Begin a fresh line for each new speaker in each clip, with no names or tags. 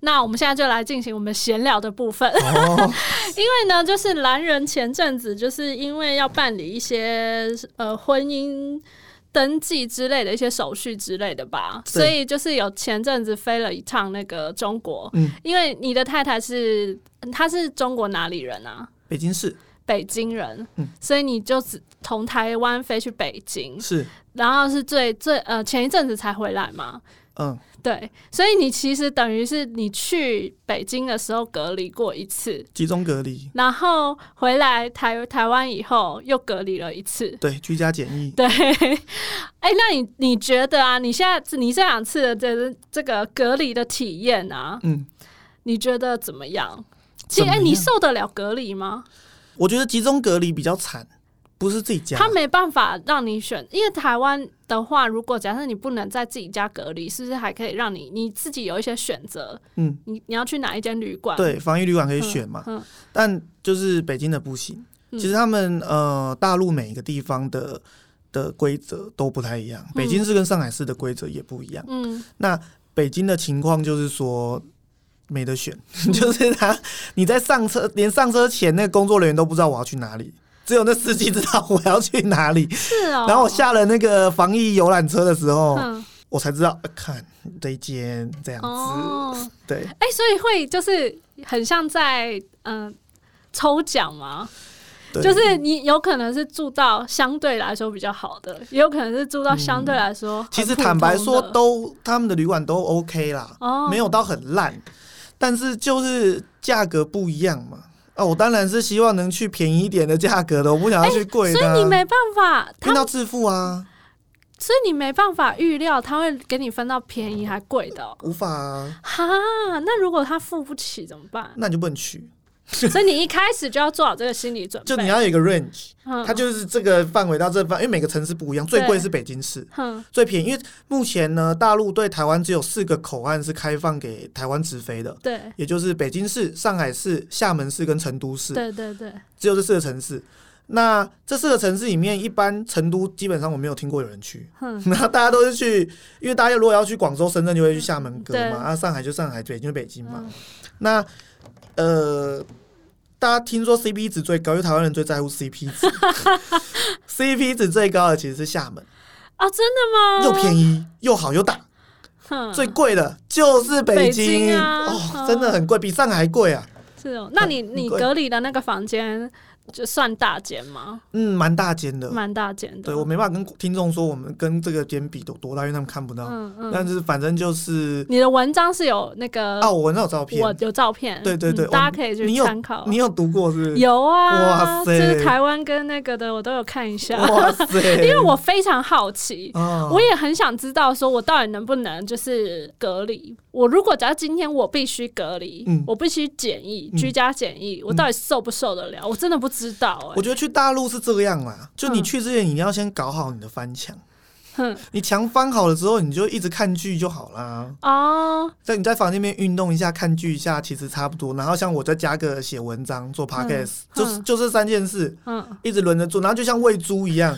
那我们现在就来进行我们闲聊的部 分，
哦，
因为呢，就是蓝人前阵子就是因为要办理一些呃婚姻登记之类的一些手续之类的吧，
对
所以就是有前阵子飞了一趟那个中国，
嗯
因为你的太太是嗯她是中国哪里人啊？
北京市
北京人，
嗯
所以你就只从台湾飞去北京，
是，
然后是最最呃前一阵子才回来嘛，
嗯，
对，所以你其实等于是你去北京的时候隔离过一次，
集中隔离，
然后回来台台湾以后又隔离了一次。
对，居家检疫，
对，哎、那你你觉得啊，你现在你这两次的这这个隔离的体验啊，
嗯，
你觉得怎么样？其
怎么
哎、
样
你受得了隔离吗？
我觉得集中隔离比较惨，不是自己家，
他没办法让你选，因为台湾的话，如果假设你不能在自己家隔离，是不是还可以让你你自己有一些选择？
嗯，
你你要去哪一间旅馆？
对，防疫旅馆可以选嘛，
嗯，
但就是北京的不行。
嗯
其实他们呃，大陆每一个地方的的规则都不太一样，北京市跟上海市的规则也不一样。
嗯
那北京的情况就是说。没得选， 就是他，你在上车，连上车前那个工作人员都不知道我要去哪里，只有那司机知道我要去哪里。
是哦。
然后我下了那个防疫游览车的时候，
嗯
我才知道，呃看这一间这样子，
哦，
对，
哎、所以会就是很像在嗯、抽奖嘛，
对
就是你有可能是住到相对来说比较好的，也有可能是住到相对来说、
嗯其实坦白说，。都他们的旅馆都 OK 啦，
哦
没有到很烂，但是就是价格不一样嘛。啊，我当然是希望能去便宜一点的价格的，我不想要去贵
哎所
的、啊
以你没办法，他
听到致富啊，
所以你没办法预料他会给你分到便宜还贵的哦、
无法、啊，？
哈，那如果他付不起怎么办
那你就不能去。
所以你一开始就要做好这个心理准备。
就你要有一个 range，
嗯，
它就是这个范围到这范，因为每个城市不一样，最贵
对
是北京市。
哼
最便宜，因为目前呢，大陆对台湾只有四个口岸是开放给台湾直飞的，
对
也就是北京市、上海市、厦门市跟成都市，
对对对，
只有这四个城市。那这四个城市里面，一般成都基本上我没有听过有人去，
哼
然后大家都是去，因为大家如果要去广州、深圳，就会去厦门
嗯
哥
对
嘛，啊，上海就上海，北京就北京嘛。
嗯
那呃，大家听说 CP 值最高，因为台湾人最在乎 CP 值，CP 值最高的其实是厦门，
啊，真的吗？
又便宜又好又大。
哼
最贵的就是北京
嗯北京啊
哦
嗯，
真的很贵，比上海还贵啊。
是哦，那你你
贵
隔离的那个房间就算大间吗？
嗯，蛮大间的。
蛮大间的。
对我没办法跟听众说我们跟这个间比有多大，因为他们看不到。
嗯嗯，
但是反正就是
你的文章是有那个
啊，我那有照片
我，有照片，
对对对
嗯
我
大家可以
你
去
有
参考。
你有读过是不是？
有啊，
哇
就
塞
是台湾跟那个的，我都有看一下，
哇塞！因
因为我非常好奇。
啊，
我也很想知道，说我到底能不能就是隔离？我如果假如今天我必须隔离，
嗯
我必须检疫、居家检疫，我到底受不受得了？我真的不知道、欸。
我觉得去大陆是这样啦，就你
嗯
去之前你要先搞好你的翻墙，
哼，
你墙翻好了之后，你就一直看剧就好啦。
哦，
在你在房间里面运动一下、看剧一下，其实差不多。然后像我再加个写文章、做 podcast，、
嗯
就是就这三件事，
嗯，
一直轮着做。然后就像喂猪一样，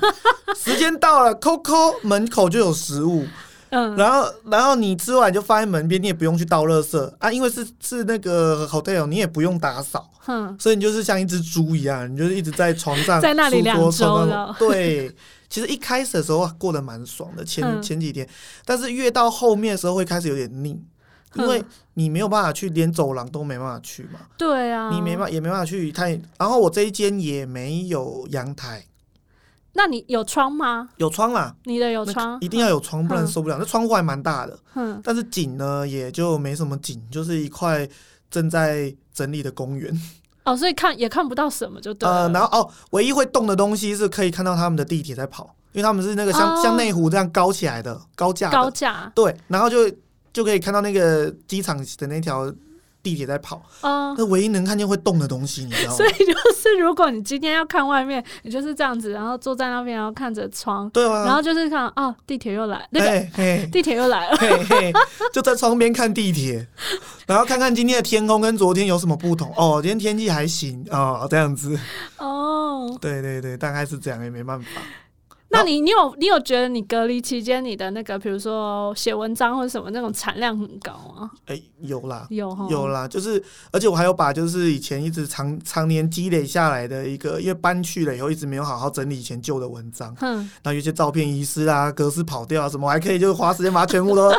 时间到了，扣扣门口就有食物，
嗯，
然后然后你吃完就放在门边，你也不用去倒垃圾啊，因为是是那个 hotel，你也不用打扫，
哼，
所以你就是像一只猪一样，你就是一直在床上
在那里
书
两
桌
周
床上
了
对。其实一开始的时候过得蛮爽的，前、
嗯
前几天，但是越到后面的时候会开始有点腻，因为
嗯
你没有办法去，连走廊都没办法去嘛，
对啊，
你没办法也没办法去它也，然后我这一间也没有阳台，
那你有窗吗？
有窗啦，
你的有
那
窗？
一定要有窗，不然
嗯
受不了。那窗户还蛮大的，
哼，
但是景呢也就没什么景，就是一块正在整理的公园。
哦，所以看也看不到什么就对了。
呃，然后哦，唯一会动的东西是可以看到他们的地铁在跑，因为他们是那个像、
哦
像内湖这样高起来的高架的
高架，
对，然后就就可以看到那个机场的那条地铁在跑，
嗯，
那唯一能看见会动的东西，你知道吗
所？以就是如果你今天要看外面，你就是这样子，然后坐在那边，然后看着窗，
对啊，
然后就是看哦，地铁又来，那个
嘿嘿
地铁又 来了。
嘿嘿，就在窗边看地铁，然后看看今天的天空跟昨天有什么不同。哦，今天天气还行哦，这样子。
哦，
对对对，大概是这样，也没办法。
那你你有你有觉得你隔离期间你的那个，比如说写文章或者什么那种产量很高吗？
哎、有啦，
有哈，
有啦，就是，而且我还有把就是以前一直常常年积累下来的一个，因为搬去了以后一直没有好好整理以前旧的文章，
哼，
那有些照片遗失啊、格式跑掉啊什么，我还可以就是花时间把它全部 都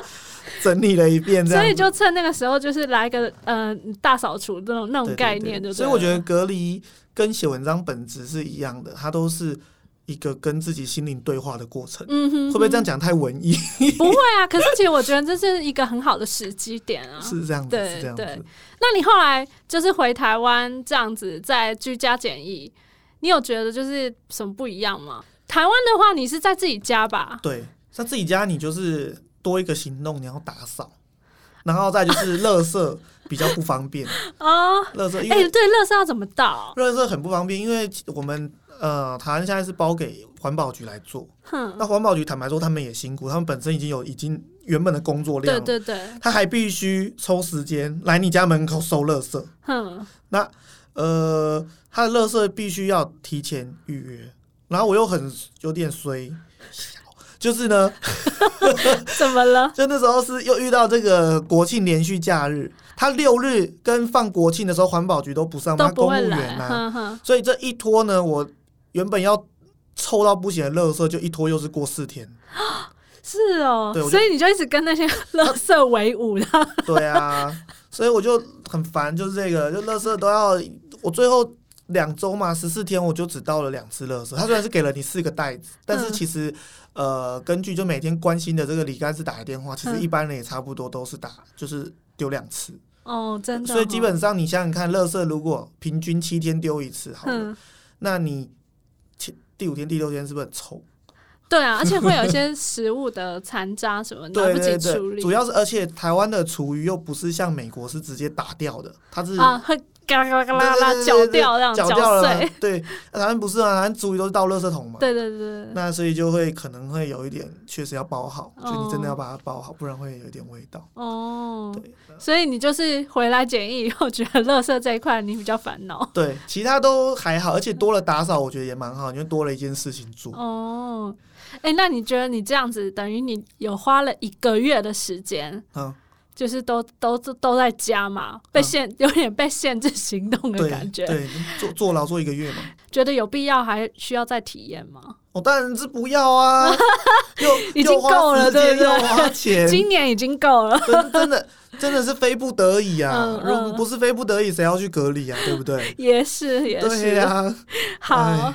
整理了一遍，这样
所
子。
以就趁那个时候，就是来个呃大扫除那种那种
对对
概
对
念就对了，
所以我觉得隔离跟写文章本质是一样的，它都是一个跟自己心灵对话的过程。
嗯哼，
会不会这样讲太文艺？
不会啊，可是其实我觉得这是一个很好的时机点啊。
是这样子，
对
是这样
对
子。
那你后来就是回台湾这样子，在居家检疫，你有觉得就是什么不一样吗？台湾的话，你是在自己家吧？
对，像自己家你就是多一个行动，你要打扫，然后再就是 垃圾比较不方便，
啊、
垃圾因
哎、
为
对，乐圾要怎么倒？
垃圾很不方便，因为我们呃台湾现在是包给环保局来做，
哼，
那环保局坦白说他们也辛苦，他们本身已经有已经原本的工作量
对
了，
对对，
他还必须抽时间来你家门口收垃圾，
哼，
呃，他的垃圾必须要提前预约，然后我又很有点衰。就是呢，
怎么了？
就那时候是又遇到这个国庆连续假日，他六日跟放国庆的时候，环保局都不上
都
班，公
不
务
会
员啊
来，
呐、
哼哼，
所以这一拖呢，我原本要臭到不行的垃圾，就一拖又是过四 天。
是哦
对我，就
所以你就一直跟那些乐圾为伍 的，
对啊，所以我就很烦，就是这个，就垃圾都要我最后。两周嘛，十四天我就只到了两次垃圾。他虽然是给了你四个 袋子，但是
嗯
其实，呃，根据就每天关心的这个李干事打的电话，其实
嗯
一般人也差不多都是打，就是丢两次。
哦，真的哦、
所以基本上你想想看，垃圾如果平均七天丢一次好了，
哼。
那你七第五天、第六天是不是很臭？
对啊，而且会有一些食物的残渣什么的，
对
来不
对
及处理，
对，主要是而且台湾的厨余又不是像美国是直接打掉的，它是
啊，会嘎啦嘎啦嘎啦嘎
嗯对
啦
对对
搅
对对
掉这样
搅掉了
碎
嘛。。 对，台湾不是啊，台湾厨余都是倒垃圾桶嘛。
对对对对，
那所以就会可能会有一点，确实要包好，
哦
就你真的要把它包好，不然会有一点味道。
哦，
对
所以你就是回来检疫以后，觉得垃圾这一块你比较烦恼。
对，其他都还好，而且多了打扫，我觉得也蛮好，因为多了一件事情做。
哦，哎、那你觉得你这样子，等于你有花了一个月的时间，
嗯，
就是都都都都在家嘛，被
嗯
限、 有点被限制行动的
对
感觉，
对，坐坐牢坐一个月嘛。
觉得有必要还需要再体验吗？
我哦当然是不要啊， 又
已经
又花
够了
时间
对不对
又花钱，
今年已经够了。
真真的真的是非不得已啊！
嗯
如果
嗯
不是非不得已，谁要去隔离啊？对不 对？
也是也是，
对呀、
好
哎，